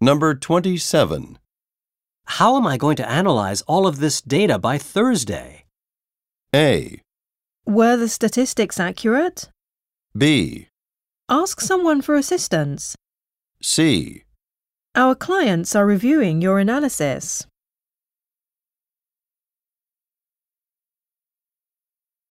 Number 27. How am I going to analyze all of this data by Thursday? A. Were the statistics accurate? B. Ask someone for assistance. C. Our clients are reviewing your analysis.